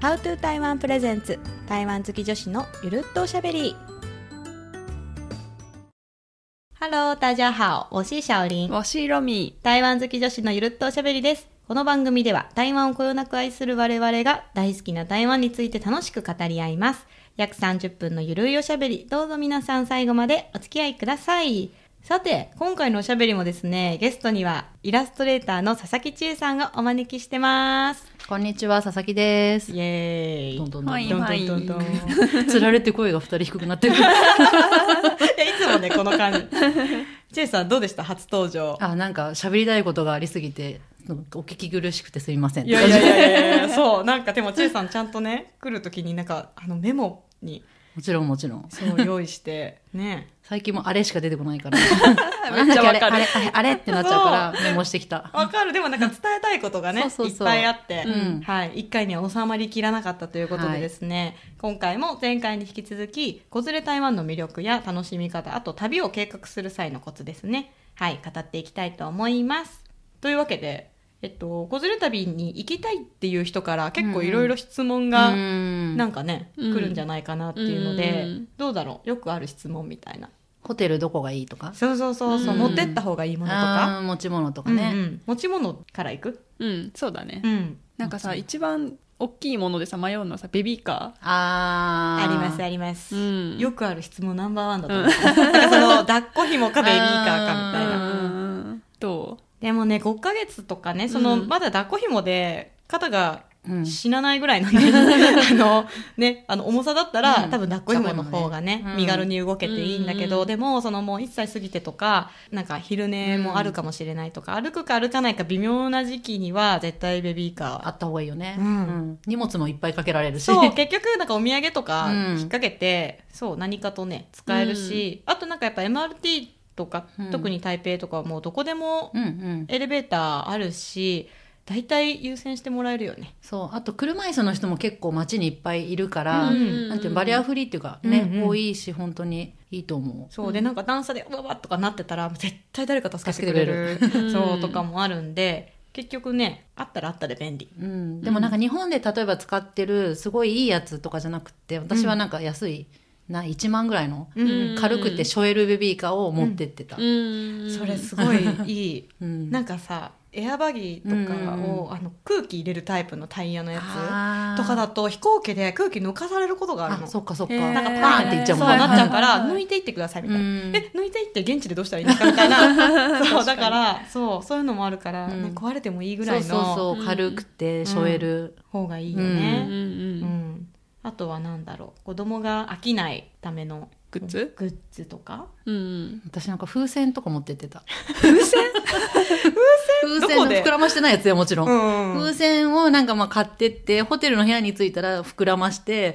How to 台湾プレゼンツ台湾好き女子のゆるっとおしゃべり Hello 大家好我是小林我是ロミ台湾好き女子のゆるっとおしゃべりですこの番組では台湾をこよなく愛する我々が大好きな台湾について楽しく語り合います約30分のゆるいおしゃべりどうぞ皆さん最後までお付き合いくださいさて今回のおしゃべりもですねゲストにはイラストレーターの佐々木千恵さんがお招きしてますこんにちは、佐々木 です。イエーイどんどんどんどんはいどんどんどんど ん。い釣られて声が二人低くなってる。や、いつもね、この 感じ。チェイさん、どうでした初登場。 あ、なんか喋りたいことがありすぎて、なんかお聞き苦しくてすみません。いやいやいやいやそう、なんかでもチェイさんちゃんとね、来るときになんか、あのメモに、もちろんもちろん。そう、用意して、ね。最近もあれしか出てこな いから。めっちゃわかるあれ、あれ、あれあれってなっちゃうから、メモしてきた。わかる。でもなんか伝えたいことがね、そうそうそういっぱいあって、うんはい。一回には収まりきらなかったということでですね、今回も前回に引き続き、子連れ台湾の魅力や楽しみ方、あと旅を計画する際のコツですね。はい。語っていきたいと思います。というわけで、えっと、子連れ旅に行きたいっていう人から結構いろいろ質問うが、んなんかね、うん来るんじゃないかなっていうので、うんどうだろうよくある質問みたいな。ホテルどこがいいとか。そうそうそうそう、うん持ってった方がいいものとあか。ー持ち物とかうんうね。ん持ち物から行くうんそうだね、うん。なんかさ一番大きいものでさ迷うのはさベビーカああーりますあります、うんよくある質問ナンバーワンだと思う、なんかその抱っこひもかベビーカーかみたいーなうんどでもね5ヶ月とかねその、うんまだ抱っこひもで肩がうん死なないぐらいなんで、あのねあの重さだったら、うん多分抱っこひもの方がねうん身軽に動けていいんだけど、うんでもそのもう1歳過ぎてとかなんか昼寝もあるかもしれないとか、歩くか歩かないか微妙な時期には絶対ベビーカーあった方がいいよね。ううんん荷物もいっぱいかけられるし。そう、結局なんかお土産とかうん引っ掛けて、そう、何かとね、使えるし、あとなんかやっぱ MRT とか、うん特に台北とかはもうどこでも うんうん。エレベーターあるし、大体優先してもらえるよね。そう。あと、車椅子の人も結構街にいっぱいいるから、うんなんていうのバリアフリーっていうかね、うんうん多いし、本当にいいと思う。そう、でなんか段差で、うわわっとかなってたら、絶対誰か助けてくれる。れるそうう、んとかもあるんで、結局ね、あったらあったで便利。うん、でもなんか日本で例えば使ってるすごいいいやつとかじゃなくて私はなんか安いな1万ぐらいのうんうん軽くてショエルベビーカーを持ってってた、ううんそれすごいいい。うんなんかさ、エアバギーとかを、あの空気入れるタイプのタイヤのやつ。あとーかだと飛行機で空気抜かされることがあるあの。そっかそっか、へーなんかパパーーンっンってていいっっちちゃゃううももんねんねそうなっちゃうかはいらはいはい抜いていってくださいみうたいな。んえ抜いていって現地でどうしたらいいんですかみたいなそうだからそうそういうのもあるから、うんね壊れてもいいぐそらういそうのそう軽くてショエル、方がいいようんうね、うんんあとはなんだろう子供が飽きないためのグッズグッズとかうんうん私なんか風船とか持ってってた風船 風どこ船ので膨らましてないやつよもちろん、うん風船をなんかまあ買ってってホテルの部屋に着いたら膨らましてへ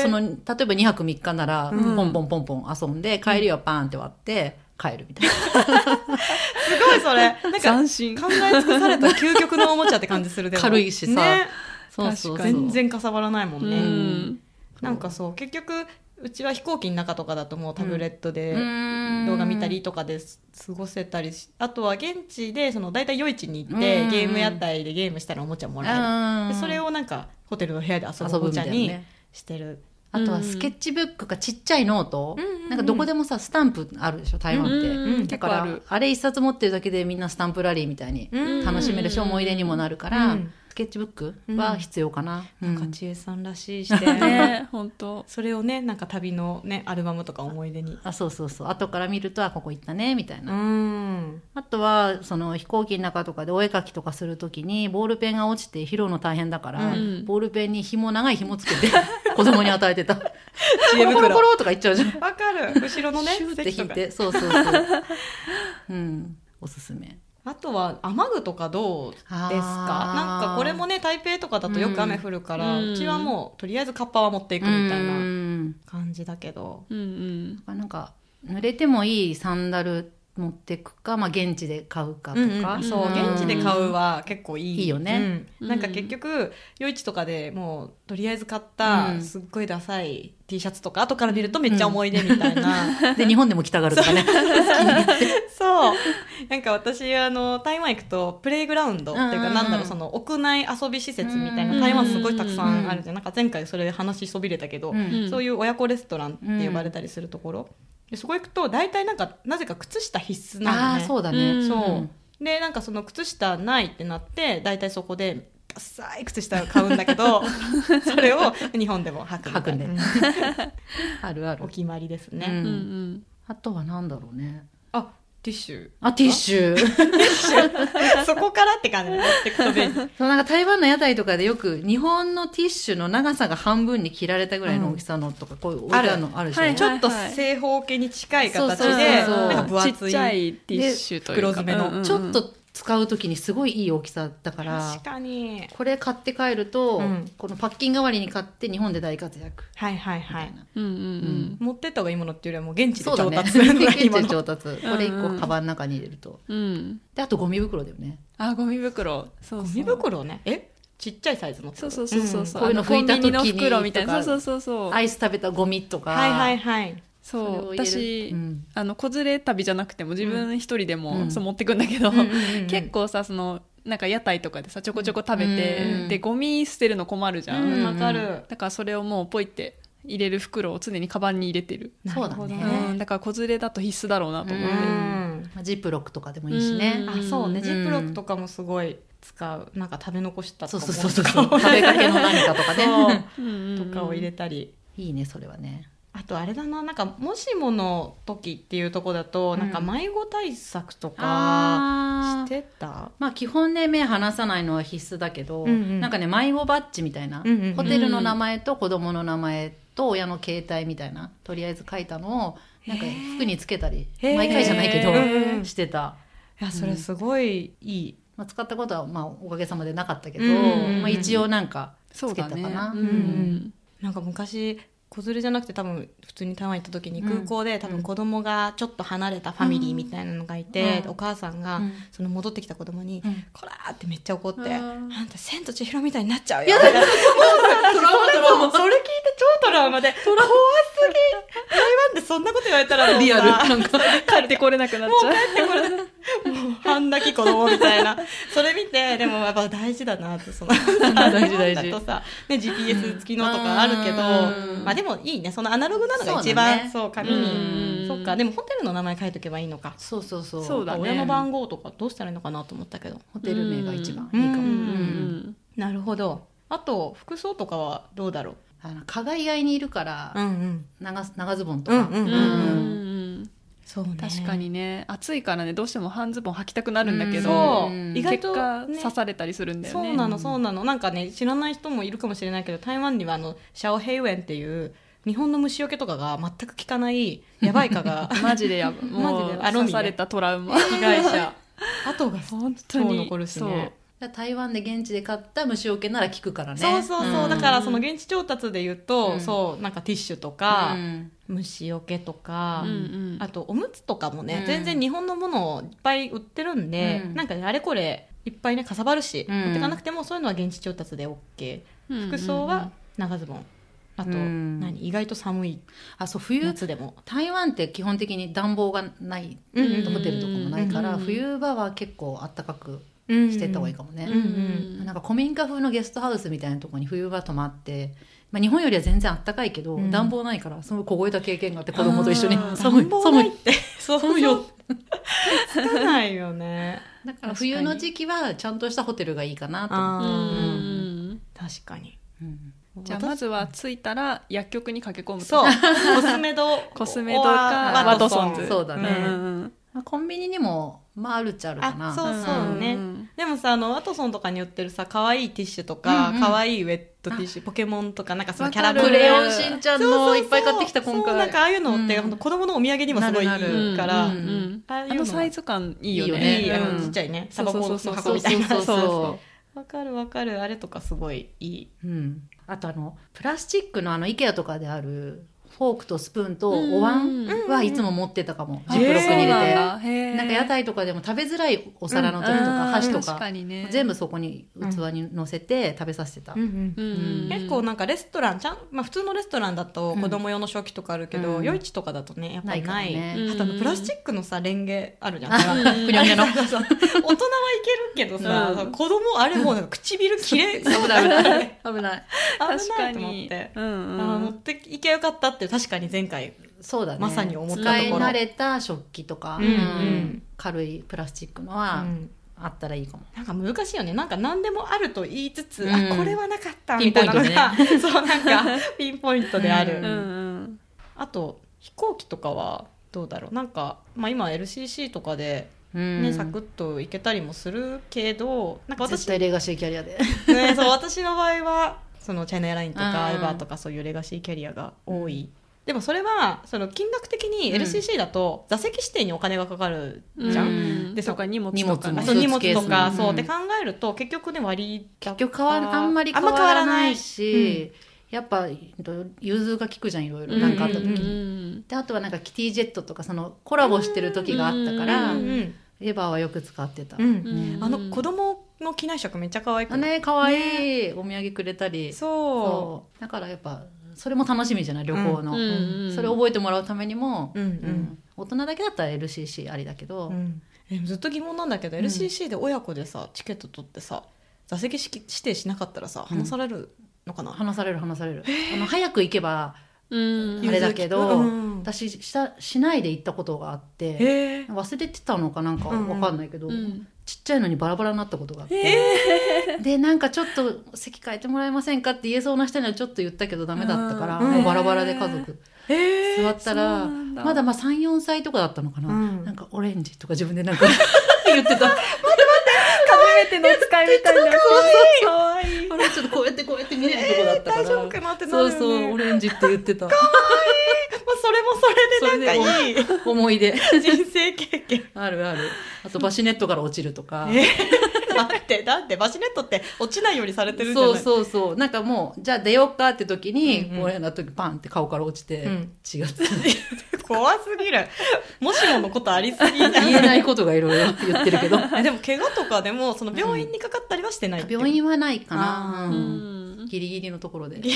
えその例えば2泊3日なら、うんポンポンポンポン遊んで帰りはパーンって割って帰る みたいな、すごいそれなんか斬新考え尽くされた究極のおもちゃって感じするでも軽いしさね、そうそうそう全然かさばらないもんね、うんなんかそう結局うちは飛行機の中とかだともうタブレットうでーん動画見たりとかです過ごせたりしあとは現地でその大体夜市に行ってうんゲーム屋台でゲームしたらおもちゃもらえあるでーそれをなんかホテルの部屋で遊ぶ遊おぶもみちたゃいなにねしてる、あとはスケッチブックかちっちゃいノート、うんうんうんなんかどこでもさスタンプあるでしょ台湾って、うんうんだ結か構あらるあれ一冊持ってるだけでみんなスタンプラリーみたいにうん楽しめるし、うん思い出にもなるから、うんスケッチブックは必要かな、うなんんか千恵さんらしい して、ね本当それをねなんか旅のねアルバムとか思い出にあそうそうそう後から見るとあここ行ったねみたいなうんあとはその飛行機の中とかでお絵描きとかするときにボールペンが落ちて拾うの大変だから、うんボールペンに紐長い紐つけ て子供に与えてた「コ知恵ロコロコ袋ロ」とか言っちゃうじゃん。わかる後ろのねシューって席と引いかてそうそうそう、うん、おすすめあとは雨具とかどうですかあーなんかこれもね台北とかだとよく雨降るから、ううんちはもうとりあえずカッパは持っていくみたいなうん感じだけど、うんうんなんか濡れてもいいサンダル持ってくか、まあ、現地で買うかとうんうんか、そううん現地で買うは結構いいいいよね、うんうんなんか結局夜市とかでもうとりあえず買ったうんすっごいダサい T シャツとか後から見るとめっちゃ思い出みたいな、で日本でも着たがるとかね そうなんか私あの台湾行くとプレイグラウンドっていううんうんかうんなんだろうその屋内遊び施設みたいうんな台湾すごいたくさんあるじゃんなんか前回それで話しそびれたけど、うんそういう親子レストランって呼ばれたりするところ、でそこ行くと大体なんかなぜか靴下必須なあのあねそうだうねんそうでなんかその靴下ないってなって大体そこでダサい靴下を買うんだけ どそれを日本でも履くみたいな履あるあおる決まりですね、うんうんうんあとはなんだろうねあティッシュあティッシュ そこからって感じで持ってくと 便利そうなんか台湾の屋台とかでよく日本のティッシュの長さが半分に切られたぐらいの大きさのとかこういう置いてあるのあるでしょ、はいちょっと正方形に近い形で、そうそうそうそうなんか分厚ちっい。ちゃいティッシュというかで袋詰めのうんちょっと使う時にすごいいい大きさだから確かに。これ買って帰ると、うんこのパッキン代わりに買って日本で大活躍はいはいみはたいい。な、うんうんうん持ってった方がいいものっていうよりはもう現地でそうだ調ね達する のがいい現もの。地で調達これ1うんう個んカバンの中に入れるとうんであとゴミ袋だよねあゴミ袋そうそゴうミ袋ね。えちっちゃいサイズのってこそと。うそうそうそうそうんこういうの拭いた時にあのコンビニの袋みたいとなかそうそうそうそうアイス食べたゴミとうかんはいはいはい。そそうれを入れる私、うんあの子連れ旅じゃなくても自分一人でも、うんそう持ってくんだけど、うんうんうんうん結構さそのなんか屋台とかでさちょこちょこ食べて、うんでゴミ捨てるの困るじゃん、うん、わかる。だからそれをもうポイって入れる袋を常にカバンに入れてる、そうなるだねほどうん、だから子連れだと必須だろうなと思うって、ん。まあジップロックとかでもいいしね、あ、そううね。んジップロックとかもすごい使う。なんか食べ残したそとうかそもうそうそう 食べかけの何かとかそねううんうんうんとかを入れたり。いいねそれはねあとあれだな、なんかもしもの時っていうとこだと、なんか迷子対策とかあしてたまあ基本ね目離さないのは必須だけど、うんうんなんかね迷子バッジみたいな、うんうんうんホテルの名前と子供の名前と親の携帯みたいなとりあえず書いたのをなんか服につけたりへー毎回じゃないけへーどしてた、いやそれすごいいい、まあ、使ったことはまあおかげさまでなかったけど、うんうんうんまあ、一応なんかそつうけだたかねな、うんなんか昔子連れじゃなくて多分普通に台湾行った時に空港で、多分子供がちょっと離れたファミリーみたいなのがいて、うんお母さんが、うんその戻ってきた子供に「うんこら!」ってめっちゃ怒って「うんあんた千と千尋みたいになっちゃうよ」みたいなそうそれ聞いて超トラウマで怖すぎ台湾でそんなこと言われたらもうさリ アルなんか帰ってこれなくなっちゃう半泣き子供みたいなそれ見てでもやっぱ大事だなってその大事大事日本だとさ、ね、GPS 付きのとかあるけど、うんまあ、でもいいねそのアナログなのが一そうだ番ねそう,、紙うにんそっかでもホテルの名前書いとけばいいのかそうそうそうそうだね親の番号とかどうしたらいいのかなと思ったけどホテル名が一番いいうんうんかも、うんなるほどあと服装とかはどうだろうあの蚊が意外にいるから、んうん長長ズボンとうか、んうんううんん、うんうんそうね確かにね暑いからねどうしても半ズボン履きたくなるんだけそどううん意外と、ね、結果刺されたりするんだよねそうなのそうなのなんかね知らない人もいるかもしれないけど台湾にはあのシャオヘイウェンっていう日本の虫除けとかが全く効かないやばい蚊がマジでやば マもジうであロミね刺されたトラウマ被害者後が本当超に残るしねだから台湾で現地で買った虫除けなら効くからねそうそうそう、んだからその現地調達で言うと、うんそうなんかティッシュとかう、ん虫除けとか、うんうんあとおむつとかもね、うん全然日本のものをいっぱい売ってるんで、うんなんかねあれこれいっぱいねかさばるし、うん持ってかなくてもそういうのは現地調達で OK うん服装は長ズボンあと、うん何意外と寒いあそう冬夏でも台湾って基本的に暖房がない、うんホテルとかもないかうら、ん冬場は結構あったかくしてった方がいいかもね、うんうんなんか古民家風のゲストハウスみたいなところに冬場泊まって、まあ、日本よりは全然あったかいけど、うん暖房ないからすごい凍えた経験があって子供と一緒にあー寒暖い房ない寒っいてそう寒いよつかないよねだから冬の時期はちゃんとしたホテルがいいかなと思うう、んうん確かにうんじゃあまずは着いたら薬局に駆け込むとそうコスメドコスメドかワワトトソソンンズズそうだねんうんうんまあ、コンビニにもまああるっちゃあるかなあそうそうね、うんうんうんでもさあのワトソンとかに売ってるさ可愛いティッシュとか、うんうん可愛いウェットティッシュポケモンとかなんかそのキャラわかククるレレヨヨンンししんちゃんそのういっぱい買ってきた今そう回なんかああいうのって、うんほんと子供のお土産にもすごいいなるなるいからうんああいうのあのサイズ感いいよいいよねねいいあのうんちっちゃいねタそバうコそのうそう箱みたいなそうそうそう そうわかるわかるあれとかすごいいいうん、あとあのプラスチックのあの IKEA とかであるフォークとスプーンとお椀うんはいつも持ってたかも、あジップロックに入れてそうなんだへーか屋台とかでも食べづらいお皿の時とかうん箸とか確かにね全部そこに器に乗せて食べさせてた、うんうんうんうん結構なんかレストランちゃん、まあ、普通のレストランだとうん子供用の食器とかあるけど、うん夜市とかだとねやっぱりなないいからねあとあうのんプラスチックのさレンゲあるじゃんあほらうんふにゃふにゃの そう大人はいけるけどさ、うん子供あれもうなんか 唇切れそうだ危よなねい危ない危確なかいと思っにて、うんうんあー持っていけばよかったって確かに前回そうだねまさに思ったところ使い慣れた食器とか、うんうん軽いプラスチックのはあったらいいかも、なんか難しいよねなんか何でもあると言いつつ、うんあこれはなかったピみンポたイいンなトのが、ね そうなんかピンポイントである、ううんうんあと飛行機とかはどうだろうなんか、まあ、今 LCC とかで、うんねサクッと行けたりもするけどなんか絶私,、ね、対レガシーキャリアでそう私の場合はそのチャイナエアラインとかうんエバーとかそういうレガシーキャリアが多い。でもそれはその金額的にうん LCC だと座席指定にお金がかかるうんじゃん、うんでとか荷物荷と物かもあねそう荷物とか、スーツケースもそううんって考えると結局ね割結局変わらあんまり変あんまわ変わららなないいし、やっぱ融通が利くじゃんいろいろな何んかあった時に、うんうんであとはなんかキティジェットとかそのコラボしてる時があったかうら、んうんエヴァはよく使ってた、うんうんうんあの子供の機内食めっちゃ可愛くあないねかわいい、お土産くれたりそそうだからやっぱそれも楽しみじゃない旅行の、うんうんそれを覚えてもらうためにも、ううんうん大人だけだったら LCC ありだけど、うんえずっと疑問なんだけど、うん LCC で親子でさチケット取ってさ座席指定しなかったらさうん話されるのかな、話される話される、あの早く行けばうんあれだけど、うん私したしないで行ったことがあって、へえ忘れてたのかなんかうんうんわかんないけど、うんちっちゃいのにバラバラになったことがあって、でなんかちょっと席変えてもらえませんかって言えそうな人にはちょっと言ったけどダメだったから、うんもうバラバラで家族へえ座ったら、そうなんだまだまあ34歳とかだったのかな、うんなんかオレンジとか自分でなんか 言ってた初めての使いみたいな可愛いあれちょっとこうやってこうやって見れるとこだったから、大丈夫かなってなるそようねそうオレンジって言ってたまあそれもそれでなんかいい思い出人生経験あるあるあとバシネットから落ちるとか、え だってだってバシネットって落ちないようにされてるんじゃないそうそうそうなんかもうじゃあ出ようかって時に、うんうん俺の時パンって顔から落ちて、うん血がついて怖すぎるもしものことありすぎ じゃ言えないことがいろいろ 言ってるけどんでも怪我とかでもその病院にかかったりはしてないってこと病院はないかな、あーううんんギリギリのところでね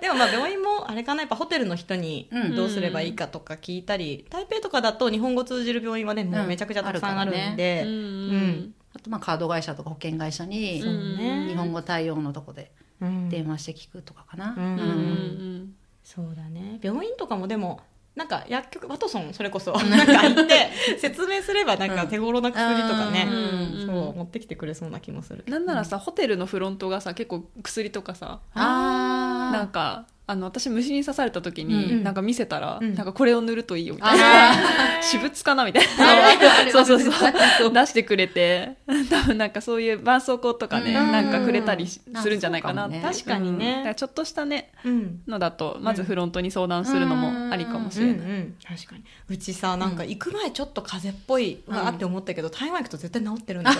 でもまあ病院もあれかなやっぱホテルの人にうんどうすればいいかとか聞いたり、台北とかだと日本語通じる病院はねもうめちゃくちゃたくさんあるんで、ううんんあとまあカード会社とか保険会社にそうね日本語対応のとこでうん電話して聞くとかかな、うんうんうんそうだね病院とかもでもなんか薬局ワトソンそれこそなんか行って説明すればなんか手頃な薬とかね、うんうんそう持ってきてくれそうな気もするけどなんならさホテルのフロントがさ結構薬とかさあなーんかあの私虫に刺された時うんになんか見せたらうんなんかこれを塗るといいよみたいなあ私物かなみたいーあるあなるそうそうそう出してくれて多分なんかそういう絆創膏とかねうんなんかくれたりしあするんじゃないかなそうかもね確かにねうんだらちょっとしたねうんのだとまずフロントに相談するのもありかもしうんれうないん、確かにうちさなんか行く前ちょっと風邪っぽいわーって思ったけど、台湾行くと絶対治ってるんだ よ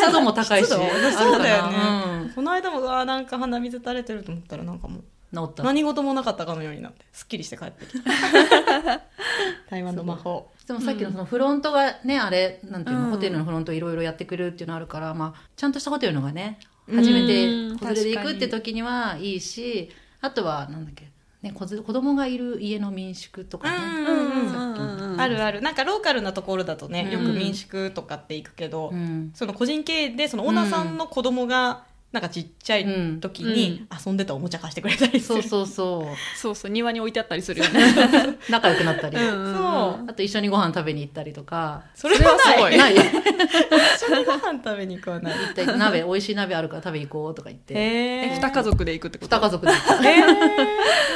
湿度も高いし湿度 そうだよねあるかなうんこの間もうわーなんか鼻水垂れてると思ったらなんかもう治った何事もなかったかのようになってすっきりして帰ってきた 台湾の魔法でもさっきのそのフロントがね、あれなんていうの、うんホテルのフロントいろいろやってくれるっていうのあるから、まあ、ちゃんとしたホテルのがねうん初めて子連れで行くって時にはいいしあとはなんだっけ、ね、子連れ子供がいる家の民宿とかね、うんうんうんさっきうんうんうんあるあるなんかローカルなところだとね、うんよく民宿とかって行くけど、うんその個人経営でそのオーナーさんの子供がなんかちっちゃい時に遊んでたおもちゃ貸してくれたりすそる、うそうそうそうそう庭に置いてあったりするよね仲良くなったり、うんう んそうあと一緒にご飯食べに行ったりとかそれはないそれはすごいない一一緒にご飯食べに行くはない体鍋美味しい鍋あるから食べに行こうとか言ってええ二家族で行くってこと二家族で行ったえー、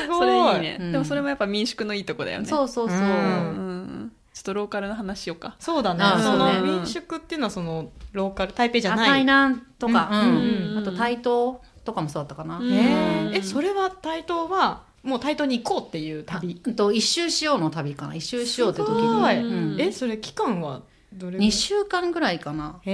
すごいそれいいねうんでもそれもやっぱ民宿のいいとこだよねそうそうそう、うんうんちょっとローカルの話しようかそうだねあそそうのね民宿っていうのはそのローカル台北じゃあな台い南とか、うんうんうんあと台東とかもそうだったかな、うんえうんえそれは台東はもう台東に行こうっていう旅あうんと一周しようの旅かな一周しようって時すごに、いうんえそれ期間はどれぐら2い週間ぐらいかなへ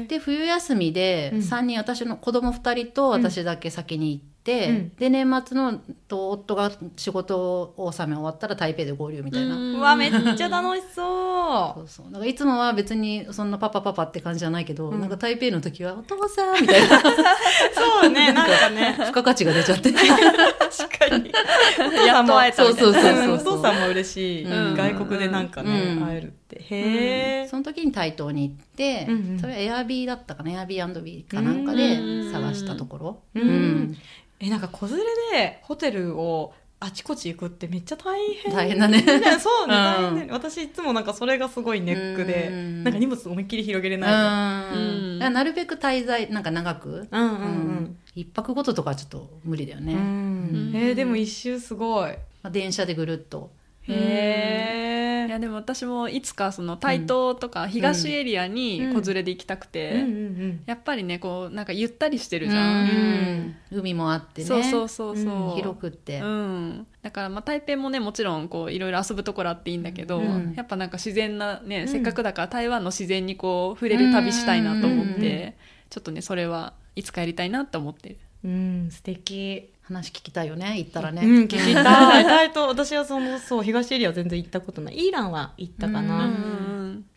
えで冬休みでうん3人、私の子供2人と私だけ先に行っうんて、で年末のと夫が仕事納め終わったら台北で合流みたいな。うわ、めっちゃ楽しそ。そううそうなんかいつもは別にそんなパパパパって感じじゃないけど、うんなんか台北の時は「お父さん」みたい なそうね、なんかね。付加価値が出ちゃって確かに。やっと会えたみたいなそうそうそうそうお父さんも嬉しい。うん外国でなんかね、うん会えるって。へえ。その時に台東に行って、うんうんそれはエアビーだったかなエアビービーかなんかで探したところ、うんえ、なんか子連れでホテルをあちこち行くってめっちゃ大変。大変だねねそうね、うん大変だよね私いつもなんかそれがすごいネックで、うんなんか荷物思いっきり広げれ うない。んうんだからなるべく滞在なんか長く、うんううん一泊ごととかはちょっと無理だようね、ん。うまんうんえーでも一周すごい。あ、電車でぐるっとうんへいえ。やでも私もいつかその台東とか東エリアに子連れで行きたくて、うんうんやっぱりねこうなんかゆったりしてるじうゃん、ん海もあってねそうそうそうそう、うん広くって、うん、だからまあ台北もねもちろんこういろいろ遊ぶところあっていいんだけど、うんやっぱなんか自然なね、うんせっかくだから台湾の自然にこう触れる旅したいなと思って、うんうんうんちょっとねそれはいつかやりたいなと思ってる。うん。うん、素敵。話聞きたいよね行ったらね、うん、聞きたい。大東、私はその、そう、東エリア全然行ったことない。イーランは行ったかうんな。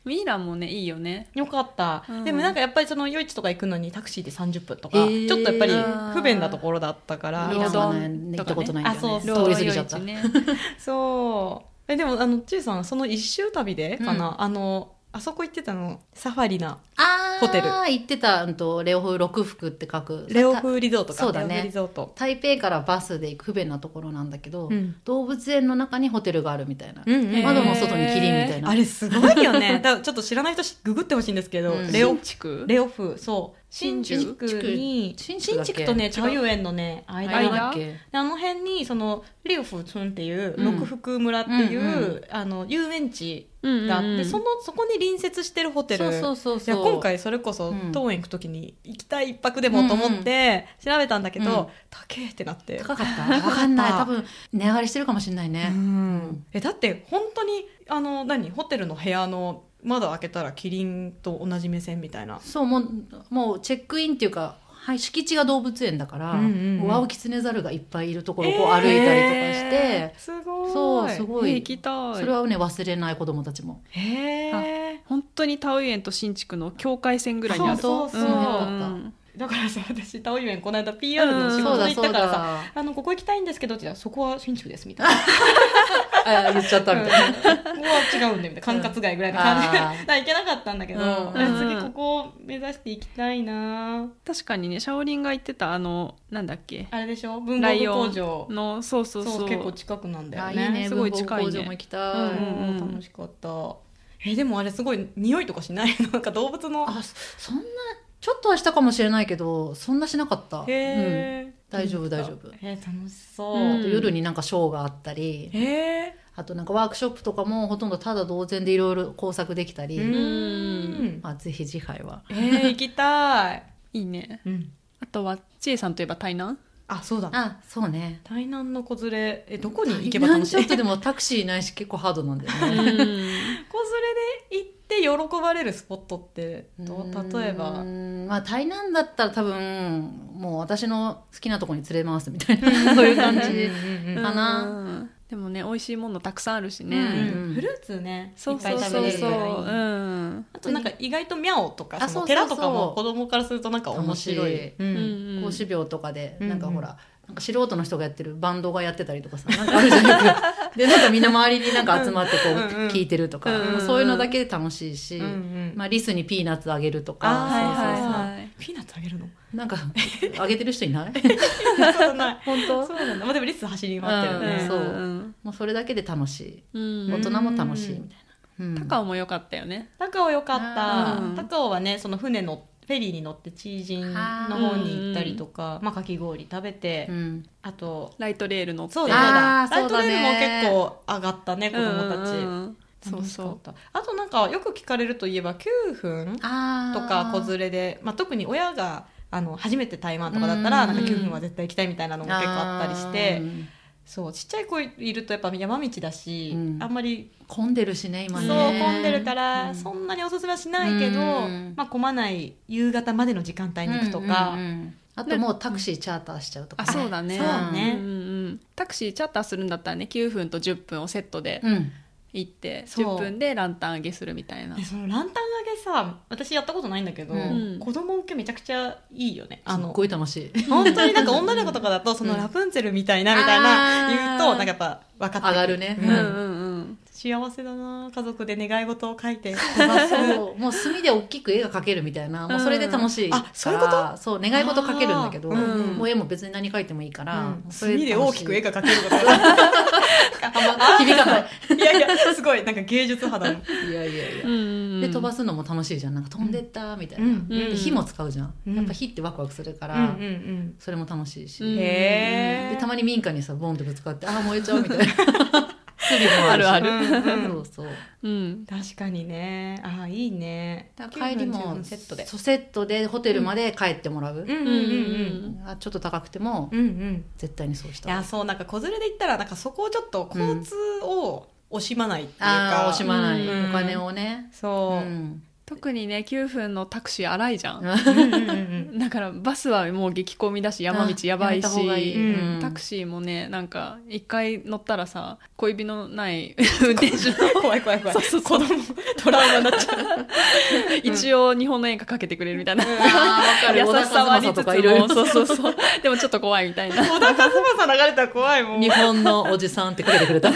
ミイランもねいいよね。よかった、うんでもなんかやっぱりその夜市とか行くのにタクシーで30分とか、えーちょっとやっぱり不便なところだったからミロラーンドはね行ったことないんだよねあそうそう通り過ぎちゃった、ロード夜そうえでもあのちいさんその一周旅でかな、あのあそこ行ってたのサファリなあーホテル行ってた、うんと、レオフ六福って書く。レオフリゾートかそうだねレオフリゾート、台北からバスで行く不便なところなんだけど、うん動物園の中にホテルがあるみたいな、うんうんへー窓も外にキリンみたいな、あれすごいよねだからちょっと知らない人しググってほしいんですけど、うんレオ新築レオフそう新新宿宿に新新宿だっけ宿とね茶遊園のねあ間れにだっけであの辺にそのリオフツンっていううん六福村っていう、うんうあの遊園地ががあって、そのそこに隣接してるホテルそうそうそうそういや今回それこそうん当園行く時に行きたい一泊でもと思って調べたんだけど、うん高えってなって、高かった分かんない高かっ多た分値上がりしてるかもしれないね、うんえだって本当にあの何ホテルの部屋の窓開けたらキリンと同じ目線みたいなそうもうもうチェックインっていうか、はい、敷地が動物園だから、うんうんうんワオキツネザルがいっぱいいるところをこう歩いたりとかして、えすごいそうすごい行きたいそれはね忘れない子供たちもへえ本当に田植園と新築の境界線ぐらいにあるそうそうそううんうんだからさ私タオユ園この間 PR の仕そう事だで行っそたうからさ、だあのここ行きたいんですけどって言ったらそこは新宿ですみたいなあ言っちゃったみたいな、ここは違うんだよみたいな管轄外ぐらいの感じでうんあー だから行けなかったんだけど、うん次ここを目指して行きたいな確かにねシャオリンが言ってたあのなんだっけあれでしょ文ラ房具イオ工ン場のそうそそううそう結構近くなんだよあいいねねすごい文房近具いね工場も行きたい、うんうんうん楽しかったえでもあれすごい匂いとかしない なんか動物のあそそんなちょっとはしたかもしれないけどそんなしなかった、うん、へえ、大丈夫大丈夫え楽しそう、うあんと夜になんかショーがあったり、へえあとなんかワークショップとかもほとんどただ同然でいろいろ工作できたり、うんまあ、ぜひ次回はえー、行きた い、いいねうん、あとはちえさんといえば台南あそうだあそうね台南の子連れえどこに行けばなん楽しいちょっとでもタクシーないし結構ハードなんだよう んね子連れで行って喜ばれるスポットってどう例えばうーんまあ台南だったら多分もう私の好きなとこに連れ回すみたいな そういう感じうんかなうんでもね美味しいものたくさんあるしね、うんフルーツねいそうっぱいそう食そべうれるそかう、らいいうあんとなんか意外とミャオとかあそのそうそ寺うそとうかも子供からするとなんか面白楽しいいうんうん講師病とかで、うんなんかほらなんか素人の人がやってるバンドがやってたりとかさなんかあるじゃないでなんかみんな周りになんか集まってこううんうん聞いてるとか、うんうんそういうのだけで楽しいし、うんうんまあ、リスにピーナッツあげるとあーかそうそうそうはいはいはいピーナッツあげる のなんかあげてる人い ないそんなことない本当そうなんだまあでもリス走り回ってるうんねそうんもうそれだけで楽しいうんう大ん人も楽しいみたいな、うん高尾も良かったよね高尾よかったうん高尾はねその船のフェリーに乗ってチージンの方に行ったりとかまあかき氷食べてうんあとライトレール乗ってそうあだーねライトレールも結そ構上がったね子供たちうんうんうんそうそううあとなんかよく聞かれるといえば9分あとーか子連れで、まあ、特に親があの初めて台湾とかだったらうんなんか9分は絶対行きたいみたいなのも結構あったりしてうんそうちっちゃい子いるとやっぱ山道だし、うんあんまり混んでるしねそ今うね混んでるかうらんそんなにおすすめはしないけど、うんまあ、混まない夕方までの時間帯に行くとか、うんうんうんああともうタクシーチャーターしちゃうとかあそうだねそうねんうんうんタクシーチャッターするんだったらね9分と10分をセットでうん行って、そう10分でランタン上げするみたいなでそのランタン上げさ私やったことないんだけど、うん子供受けめちゃくちゃいいよねあすっのごい楽しい本当になんか女の子とかだとそのうんラプンツェルみたいなみたいなあ言ーうとなんかやっぱ分かって上がるねううんんうんうん幸せだな家族で願い事を書いてそう もう墨で大きく絵が描けるみたいなもうそれで楽しいうんから、あそういうことそう願い事描けるんだけど、あーうんもう絵も別に何描いてもいいから、もうそれ墨で大きく絵がが描けることが 響かないいやいやすごいなんか芸術肌の、いやいやいやうんうんうんで飛ばすのも楽しいじゃんなんか飛んでったみたいな、うんで火も使うじゃん、うんやっぱ火ってワクワクするから、んそれも楽しいし、うんへーでたまに民家にさボンってぶつかってああ燃えちゃうみたいなスリもあるしあるうんうんそうそううん確かにねああいいねだから帰り9分10も分セットでそうセットでホテルまで帰ってもらうう、んうんうんあちょっと高くても、うんうん絶対にそうしいた方がやそうなんか子連れで行ったらなんかそこをちょっと交通を惜しまないっていうあか、あ惜しまない、うんお金をねうそう、ん特にね9分のタクシー荒いじゃんうんうんうんだからバスはもう激混みだし山道やばいあやめた方がいしいうんタクシーもねなんか一回乗ったらさ恋人のない運転手うん怖い怖い怖いそうそうそ子う供トラウマになっちゃう一応日本の演歌かけてくれるみたいな、あーわかる優しさはあり小田つ和正とつかいろいろもそうそうそう でもちょっと怖いみたいな小田和正流れたら怖いもん 日本のおじさんってかけてくれた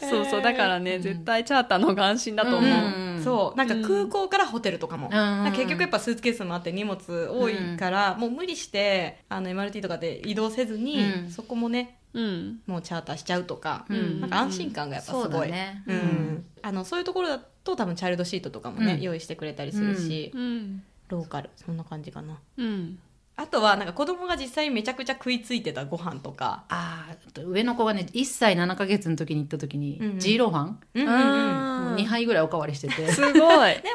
そうそうだからね、うん絶対チャーターの方が安心だと思う、うんそうなんか空港からホテルとかも、んなんか結局やっぱスーツケースもあって荷物多いから、もう無理してあの MRT とかで移動せずに、うんそこもねうんもうチャーターしちゃうとか、うんなんか安心感がやっぱすごい、そうだねうんうんあのそういうところだと多分チャイルドシートとかもね、うん用意してくれたりするし、うんローカルそんな感じかなうんあとはなんか子供が実際めちゃくちゃ食いついてたご飯とか、あーあと上の子がね1歳7か月の時に行った時に、うんジーローハン、うんもう2杯ぐらいおかわりしてて、すごいで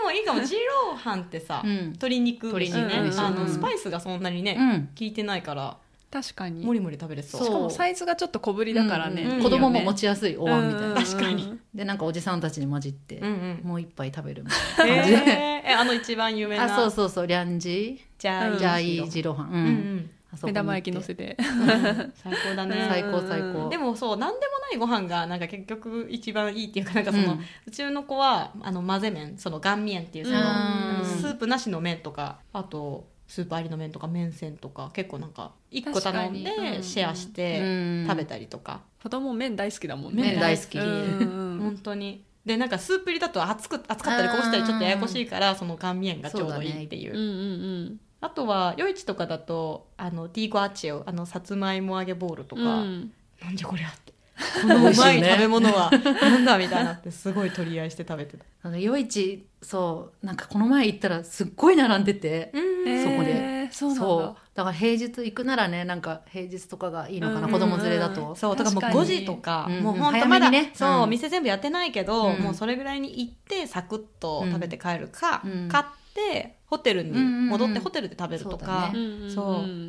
もいいかもジローハンってさ、うん鶏肉飯ね、鶏肉飯あのうんスパイスがそんなにね、うん効いてないから確かにもりもり食べれそうそうしかもサイズがちょっと小ぶりだからね、うんうん子供もいいよ持ねちやすいお椀みたいな、うん確かにでなんかおじさんたちに混じって、うんうんもう一杯食べるみたいな感じで、えー、えあの一番有名なあそうそうそうリャンジじゃあ、うんジャイジーローハン、うんうんうんあそこ目に行って玉焼き乗せてうん最高だね最高最う高んでもそう何でもないご飯がなんか結局一番いいっていうかなんかその、ううんちの子はあの混ぜ麺その乾麺っていうそのうんあのスープなしの麺とかあとスープありの麺とか麺線とか結構なんか一個頼ん確かにうでんシェアして食食べたりとか、子供麺大好きだもんね麺大好き、うんうんうん本当にでなんかスープ入りだと熱く熱かったりこぼしたりちょっとややこしいからその乾麺がちょうどいいっていううんうんあとは夜市とかだとあのディーゴアチオあのさつまいも揚げボールとうか、んうんなんじゃこりゃってこのうまい美味しいね食べ物はなんだみたいなってすごい取り合いして食べ てた、あの夜市そうなんかこの前行ったらすっごい並んでて、えそこでえーそうなんだだから平日行くならねなんか平日とかがいいのかな、うん子供連れだうんとそうだからもう確か5に時とか、うんもう本当まだ、早めにねそう、うん店全部やってないけど、うんもうそれぐらいに行ってサクッと食べて帰るか、うん買ってホテルに戻ってホテルで食べるとうんうんうか、んそうだねんんんそ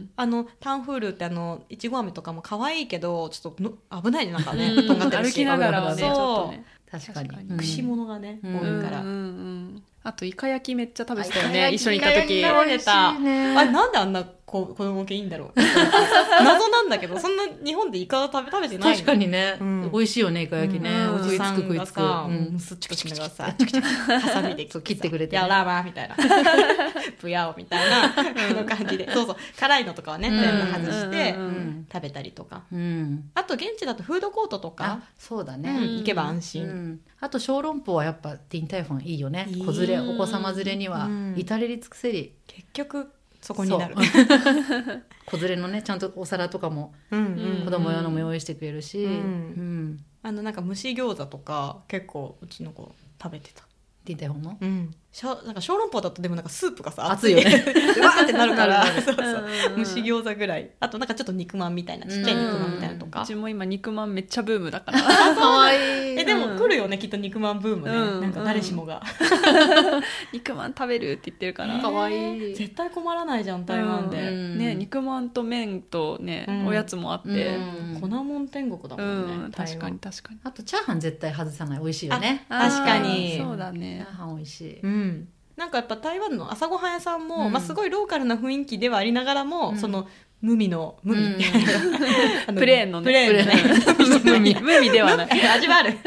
うあのタンフールってあのいちご飴とかも可愛いけどちょっとの危ないねなんかね、うんとんがってるし歩きながらはねちそうょっとね確かに確かにうん串物がね、う多んいから、うんうんうんあとイカ焼きめっちゃ食べてたよあねイ一カ緒焼にき行った時イカ焼き美味しいねあれなんであんな子子供系いいんだろう謎なんだけどそんな日本でイカ食べ食べてない確かにね、うん美味しいよねイカ焼きね、うんおおじじささんん食いがつく、さ、ううんん、すっとしながらさ、チクチクハサミでそう切ってくれてねやらばみたいな、ぷやおみたいなあの感じで、そうそう、辛いのとかはね、うん全部外してうんうんうん食べたりとか、うんあと現地だとフードコートとあか、そうだうんね、行けば安うん心。あと小籠包はやっぱティンタイフォンいいよねいい子連れお子様連れにはうん至れり尽くせり結局そこになる。子連れのねちゃんとお皿とかもうんうん子供用のも用意してくれるし、うんうんあのなんか蒸し餃子とか結構うちの子食べてた。ティンタイフォンのうん、しょなんか小籠包だとでもなんかスープがさ熱いよね うわーってなる からなる そうそううんうんう蒸んし餃子ぐらいあとなんかちょっと肉まんみたいなちっちゃい肉まんみたいなのとうかち、も今肉まんめっちゃブームだから可愛いえでも来るよねきっと肉まんブームね、うんなんか誰しもが、 肉まん食べるって言ってるから、可愛い絶対困らないじゃん台湾で、うんね、肉まんと麺とね、うんおやつもあって、うん粉もん天国だうもんね、ん台湾確かに確かにあとチャーハン絶対外さない美味しいよね確かにあーそうだねチャーハン美味しい、うんなんかやっぱ台湾の朝ごはん屋さんも、うんまあ、すごいローカルな雰囲気ではありながらも、うんその無味の無味、うん あのプレーンのねプレーンのね無味 無味ではない。 味はある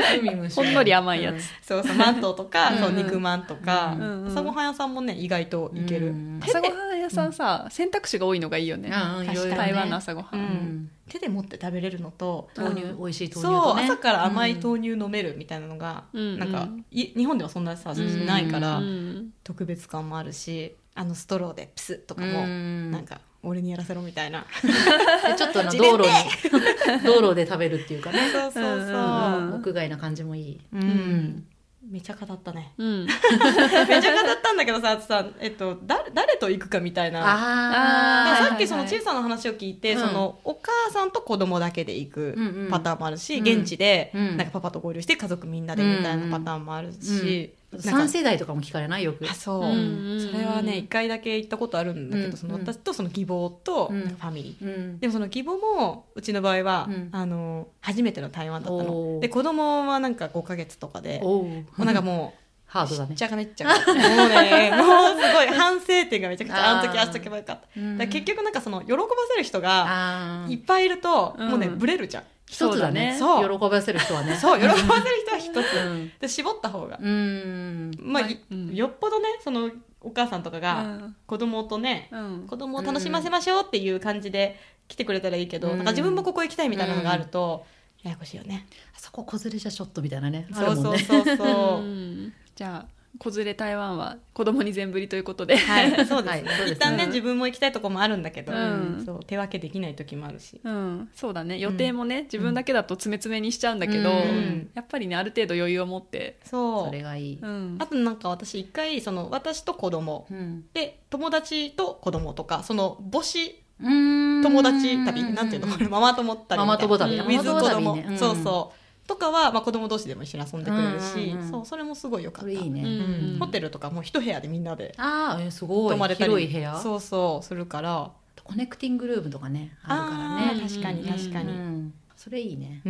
ほんのり甘いやつ。そうそうマントとかうんそう肉まんとか、うんうん朝ごはん屋さんもね意外といける、うん朝ごはん屋さんさ、選択肢が多いのがいいよね。ああいろいろね台湾の朝ごはうんん。うん手で持って食べれるのと豆乳美味しい豆乳そうとね朝から甘い乳豆乳飲めるみたいなのが、うんなんか、うんい日本ではそんなさうんないかうら、ん特別感もあるしあのストローでプスッとかも、なんか俺にやらせろみたいなでちょっとあの自道分で路に 道路で食べるっていうかねそうそうそう、うんうんうん屋外な感じもいい、う、うんめちゃ語ったねうん。めちゃ語ったんだけどさあとさ、えっと、だ誰と行くかみたいなだかあーらあさっきそのはいはいは小いさな話を聞いて、うんそのお母さんと子供だけで行くうんうんパターンもあるし、うん現地でうんなんかパパと合流して家族みんなでみたいなパターンもあるし、あなん3か世代とかも聞かれないよくあそう、うんうんうんそれはね一回だけ行ったことあるんだけど、うんその私とその義母とうんファミリー、うんでもその義母もうちの場合は、うんあの初めての台湾だったおのーで子供はなんか5か月とかでもおううなんかもう ハードだしねっちゃかめっちゃかもうねもうすごい反省点がめちゃくちゃあの時ああしとけばよかっただから結局局なんかその喜ばせる人があいっーぱいいると、うんもうねブレるじゃん、一つだねそうだ喜ばせる人 はねそう喜ばせる人は一つうんで絞った方が、うんまあ、はいいうんよっぽどねそのお母さんとかが子供とね、うん子供を楽しませましょうっていう感じで来てくれたらいいけど、うんなんか自分もここ行きたいみたいなのがあると、ややこしいよねそこ子連れじゃちょっとみたいなねあそるうもんそうそううね そんじゃあ、子連れ台湾は子供に全振りということで。うはいそうですね,、はいそうですね一旦ね自分も行きたいとこもあるんだけど、うんそう手分けできない時もあるしうん、そうだね予定もね、自分だけだと詰め詰めにしちゃうんだけど、うんやっぱりねある程度余裕を持って、そうそれがいいうんあとなんか私一回その私と子供うんで友達と子供とかその母子友友達旅、なんていうのこれママ友旅みたいなママ友旅旅だうんマ with マ子供、ねそうそうとかは、まあ、子供同士でも一緒に遊んでくれるし、うんうんうんそうそれもすごいよかこっれたいいね、うんうんホテルとかもう一部屋でみんなでああえすご泊いまれたり広い部屋そうそうするからコネクティングルームとかねあるからーね確かにうんうん確かうにうん、ん、それいいね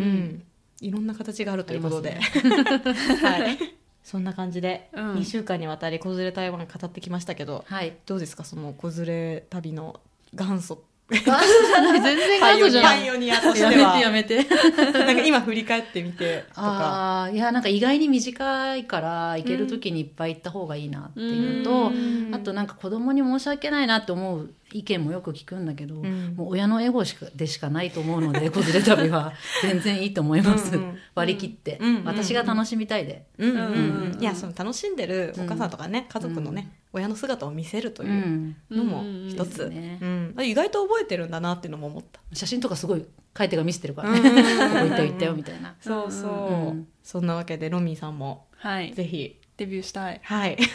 いろんな形があるということで、あ はいそんな感じで、うん2週間にわたり子連れ台湾語ってきましたけど はいどうですかその子連れ旅の元祖元祖じゃない全然パイオ元祖じニゃアなパいイオニアとしてはやめてやめてなんか今振り返ってみてとか。ああいやなんか意外に短いから行ける時にいっぱい行った方がいいなっていうのと、うんあとなんか子供に申し訳ないなって思う意見もよく聞くんだけど、んもう親のエゴしかでしかないと思う ので子連れ旅は全然いいと思いますうんうん割り切って、うんうん私が楽しみたいで、うんうんううんん、いやその楽しんでるお母さんとかね、家族のね、親の姿を見せるというのも一つ、ううんんうんうん意外と覚えてるんだなっていうのも思った、写真とかすごい書いてが見せてるからう ね、んうんうんここ行ったよ行ったよみたいな。そうそう、うんそんなわけでロミーさんもはいぜひデビューしたい はいじゃ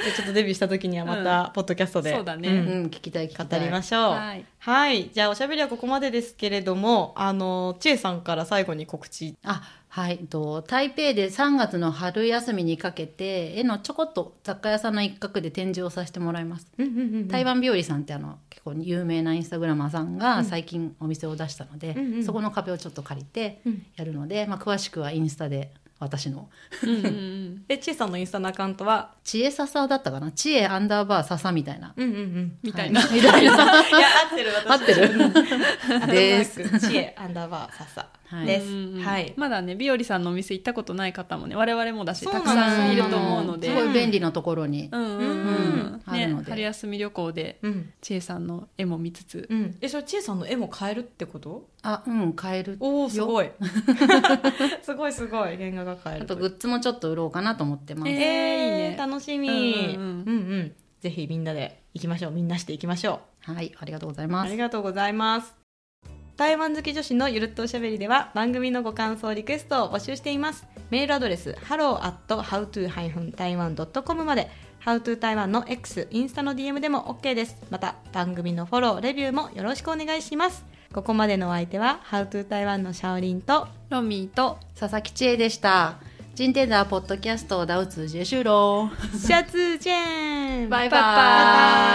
あちょっとデビューした時にはまたポッドキャストで、そうだねうんん、聞きたい聞きた語い。りまししょうははいい、じゃあおしゃべりはここまでですけれどもあのちえさんから最後に告知あはい、えっと台北で3月の春休みにかけて絵のちょこっと雑貨屋さんの一角で展示をさせてもらいます。台湾日和さんってあの結構有名なインスタグラマーさんが最近お店を出したので、うんうんそこの壁をちょっと借りてうんやるので、まあ、詳しくはインスタで私のうんうんうんでちえさんのインスタのアカウントは知恵ささだったかな知恵アンダーバーささみたいな。うんうんうんみたいな、はみたいないや合ってる私合ってるでです す。知恵アンダーバー笹はいです。うんうんはい。まだねビオリさんのお店行ったことない方もね我々もだしそうなたのくさんいると思うのですごい便利なところに、うんうんうんうんあるのねで春休み旅行でうん。ちえさんの絵も見つつうん。え、それ、ちえさんの絵も変えるってことあうん買えるおお、すご い。すごいすごい。原画が変えるあとグッズもちょっと売ろうかなと思ってます、ええーえいいね楽しみ。ううんうんんうん。ぜひみんなで行きましょう。みんなして行きましょう。はいありがとうございまありすがとうございます。台湾好き女子のゆるっとおしゃべりでは番組のご感想リクエストを募集しています。メールアドレス hello@howto-taiwan.com まで howto 台湾の X、インスタの DM でも OK です。また番組のフォロー、レビューもよろしくお願いします。ここまでのお相手は howto 台湾のシャオリンとロミーと佐々木千恵でした「人天ダーポッドキャストダウツジェシュロー」シャツジェーンバイバイバイバイ